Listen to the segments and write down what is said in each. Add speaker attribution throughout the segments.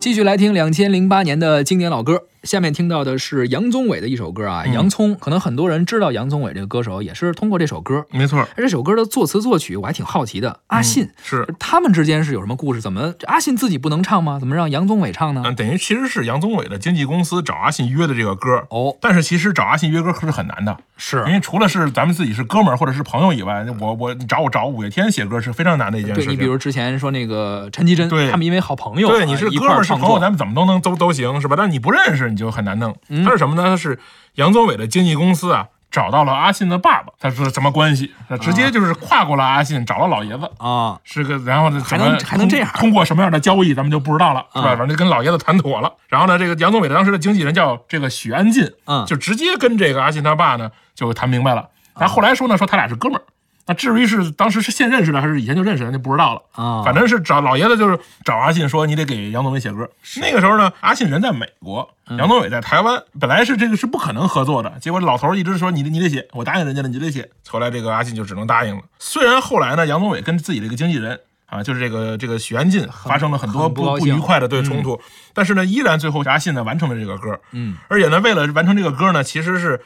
Speaker 1: 继续来听两千零八年的经典老歌，下面听到的是杨宗纬的一首歌啊，
Speaker 2: 嗯
Speaker 1: 洋葱》。可能很多人知道杨宗纬这个歌手，也是通过这首歌。
Speaker 2: 没错儿，
Speaker 1: 而这首歌的作词作曲，我还挺好奇
Speaker 2: 嗯
Speaker 1: 的。阿信、
Speaker 2: 是，
Speaker 1: 他们之间是有什么故事？怎么这阿信自己不能唱吗？怎么让杨宗纬唱呢？
Speaker 2: 嗯，等于其实是杨宗纬的经纪公司找阿信约的这个歌。
Speaker 1: 哦，
Speaker 2: 但是其实找阿信约歌可是很难的，因
Speaker 1: 是
Speaker 2: 为除了是咱们自己是哥们儿或者是朋友以外，我我你找我找五月天写歌是非常难的一件事
Speaker 1: 对
Speaker 2: 情。
Speaker 1: 你比如之前说那个陈绮贞，
Speaker 2: 对
Speaker 1: 他们因为好朋友啊，
Speaker 2: 对，你是
Speaker 1: 一
Speaker 2: 哥
Speaker 1: 块
Speaker 2: 们
Speaker 1: 儿
Speaker 2: 儿是
Speaker 1: 创
Speaker 2: 朋友，
Speaker 1: 作，
Speaker 2: 咱们怎么都能都都行，是吧？但你不认识你就很难弄。
Speaker 1: 嗯
Speaker 2: 他是什么呢？他是杨宗纬的经纪公司啊，找到了阿信的爸爸，他是什么关系？他直接就是跨过了阿信，找了老爷子。
Speaker 1: 啊，
Speaker 2: 是个，然后呢，
Speaker 1: 还
Speaker 2: 怎么
Speaker 1: 能还能
Speaker 2: 通
Speaker 1: 这样
Speaker 2: 通过什么样的交易，咱们就不知道了，是吧？
Speaker 1: 嗯
Speaker 2: 反正就跟老爷子谈妥了。然后呢，这个杨宗纬的当时的经纪人叫这个许安进，
Speaker 1: 嗯
Speaker 2: 就直接跟这个阿信他爸呢就谈明白了。然后后来说呢，说他俩是哥
Speaker 1: 嗯
Speaker 2: 们儿。那至于是当时是现认识的还是以前就认识的，那就不知道了。
Speaker 1: 啊
Speaker 2: 反正是找老爷子就是找阿信说你得给杨宗纬写歌。那个时候呢，阿信人在美国，
Speaker 1: 嗯
Speaker 2: 杨宗纬在台湾，本来是这个是不可能合作的。结果老头儿一直说你得你得写，我答应人家了，你得写。后来这个阿信就只能答应了。虽然后来呢，杨宗纬跟自己这个经纪人。啊，就是这个这个许安进发生了很多
Speaker 1: 很不
Speaker 2: 不
Speaker 1: 高
Speaker 2: 不
Speaker 1: 兴
Speaker 2: 愉快的对冲突，但是呢，依然最后阿信呢完成了这个歌，
Speaker 1: 嗯，
Speaker 2: 而且呢，为了完成这个歌呢，其实是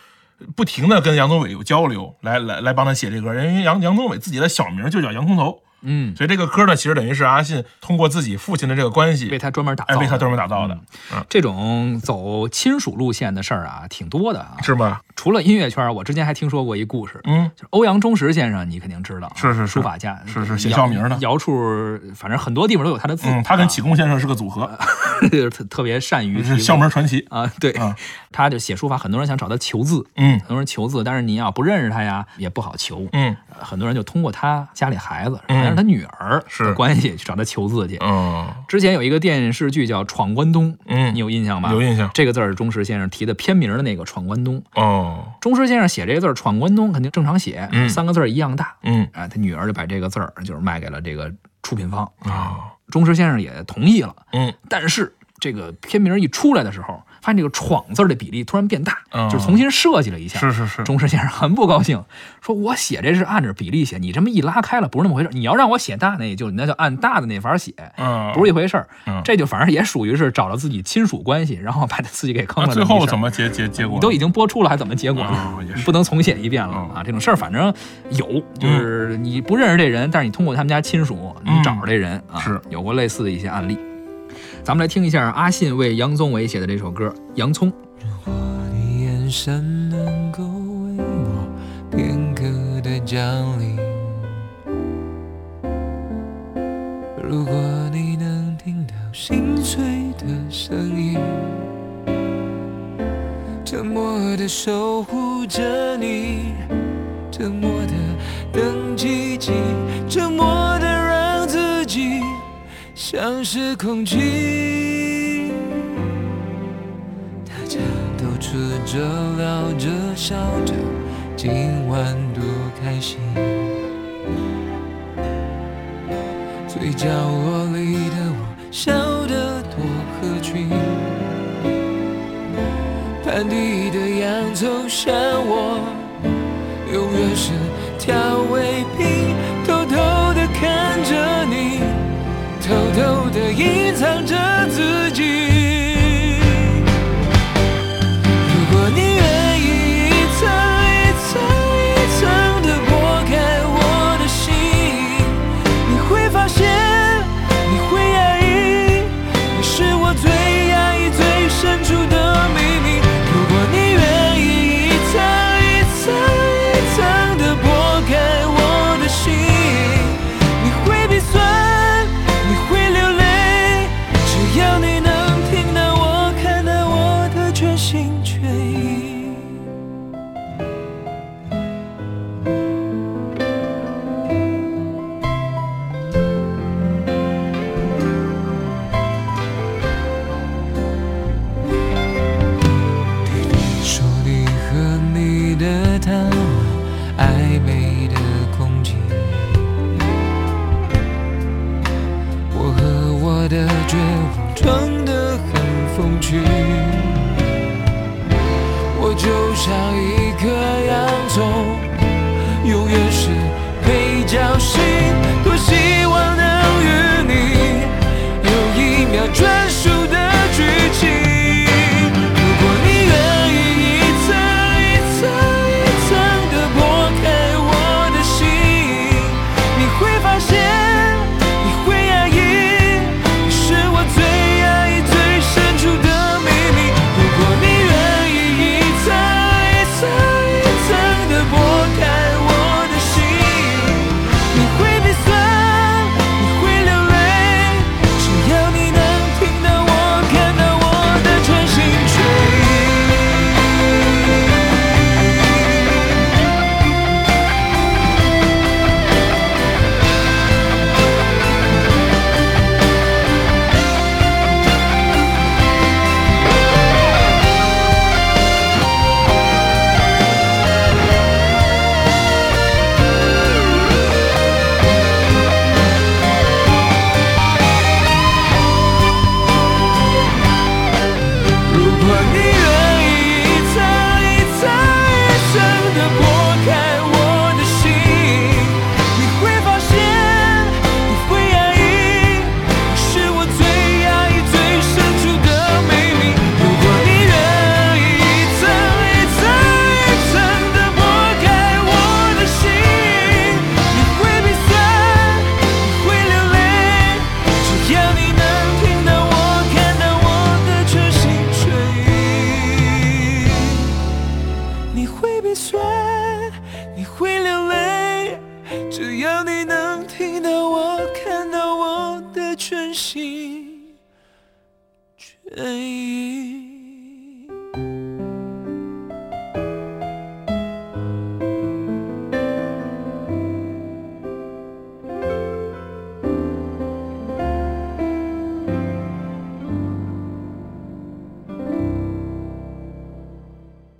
Speaker 2: 不停的跟杨宗纬有交流，来来来帮他写这歌，因为杨杨宗纬自己的小名就叫洋葱头，
Speaker 1: 嗯，
Speaker 2: 所以这个歌呢，其实等于是阿信通过自己父亲的这个关
Speaker 1: 为
Speaker 2: 系，
Speaker 1: 他专门打
Speaker 2: 哎，
Speaker 1: 造
Speaker 2: 为
Speaker 1: 的。嗯
Speaker 2: 他专门打造的，
Speaker 1: 这种走亲属路线的事儿啊，挺多的啊。
Speaker 2: 是吧？
Speaker 1: 除了音乐圈儿，我之前还听说过一故事，
Speaker 2: 嗯，
Speaker 1: 就是欧阳中石先生，你肯定知道啊，
Speaker 2: 是是是
Speaker 1: 书法家，
Speaker 2: 是是写
Speaker 1: 姚
Speaker 2: 校名的
Speaker 1: 姚处，反正很多地方都有他的字。
Speaker 2: 嗯，他跟
Speaker 1: 啊
Speaker 2: 启功先生是个组合，
Speaker 1: 就是特特别善于提
Speaker 2: 是
Speaker 1: 问
Speaker 2: 校门传奇，
Speaker 1: 啊，对
Speaker 2: 啊，
Speaker 1: 他就写书法，很多人想找他求字，
Speaker 2: 嗯
Speaker 1: 很多人求字，但是你要不认识他呀，也不好求。
Speaker 2: 嗯
Speaker 1: 呃很多人就通过他家里孩子，
Speaker 2: 嗯
Speaker 1: 还是他女儿的
Speaker 2: 是
Speaker 1: 关系去找他求字去。
Speaker 2: 嗯
Speaker 1: 之前有一个电视剧叫《闯关东》，
Speaker 2: 嗯
Speaker 1: 你有印象吧？
Speaker 2: 有印象
Speaker 1: 这个字儿是钟石先生提的片名的那个《闯关东》。
Speaker 2: 哦，
Speaker 1: 钟石先生写这个字儿“闯关东”，肯定正常写，
Speaker 2: 嗯
Speaker 1: 三个字儿一样大。
Speaker 2: 嗯
Speaker 1: 啊，他女儿就把这个字儿就是卖给了这个出品方，
Speaker 2: 啊
Speaker 1: 钟石先生也同意了。
Speaker 2: 嗯
Speaker 1: 但是这个片名一出来的时候，发现这个“闯”字儿的比例突然变大，
Speaker 2: 嗯
Speaker 1: 就是重新设计了一下。
Speaker 2: 是是是，
Speaker 1: 钟石先生很不高兴，说：“我写这是按着比例写，你这么一拉开了，不是那么回事儿。你要让我写大那也就那就按大的那法儿写，
Speaker 2: 嗯，
Speaker 1: 不是一回事儿。
Speaker 2: 嗯
Speaker 1: 这就反而也属于是找了自己亲属关系，然后把自己给坑
Speaker 2: 那
Speaker 1: 了这么
Speaker 2: 啊最
Speaker 1: 一事儿。
Speaker 2: 后怎么结结结果
Speaker 1: 你
Speaker 2: 呢？
Speaker 1: 都已经播出了，还怎么结果呢
Speaker 2: 哦也？是
Speaker 1: 你不能重写一遍了
Speaker 2: 哦
Speaker 1: 啊！这种事儿反正有，就是你不认识这人，但是你通过他们家亲属，你
Speaker 2: 嗯
Speaker 1: 找着这人啊，
Speaker 2: 是
Speaker 1: 有过类似的一些案例。咱们来听一下阿信为杨宗纬写的这首歌《洋葱》。
Speaker 3: 我的眼神能够为我片刻的降临。如果你能听到心碎的声音，沉默的守护着你，沉默的等奇迹，沉默的让自己像是空气。大家都吃着、聊着、笑着，今晚多开心。最角落里的我，笑得多合群。盘底的洋葱像我，永远是调味品。偷偷的看着你，偷偷的隐藏着自己。如果你愿意一层一层一层的剥开我的心，你会发现，你会压抑，你是我最压抑、最深处的秘密。如果你愿意一层一层一层的剥开我的心，你会鼻酸，你会流泪，只要你能听到我、看到我的全心全意。手里和你的他，暧昧的空气。我和我的绝望装得很风趣。我就像一颗洋葱，永远是配角戏。多希望能与你有一秒专属的哎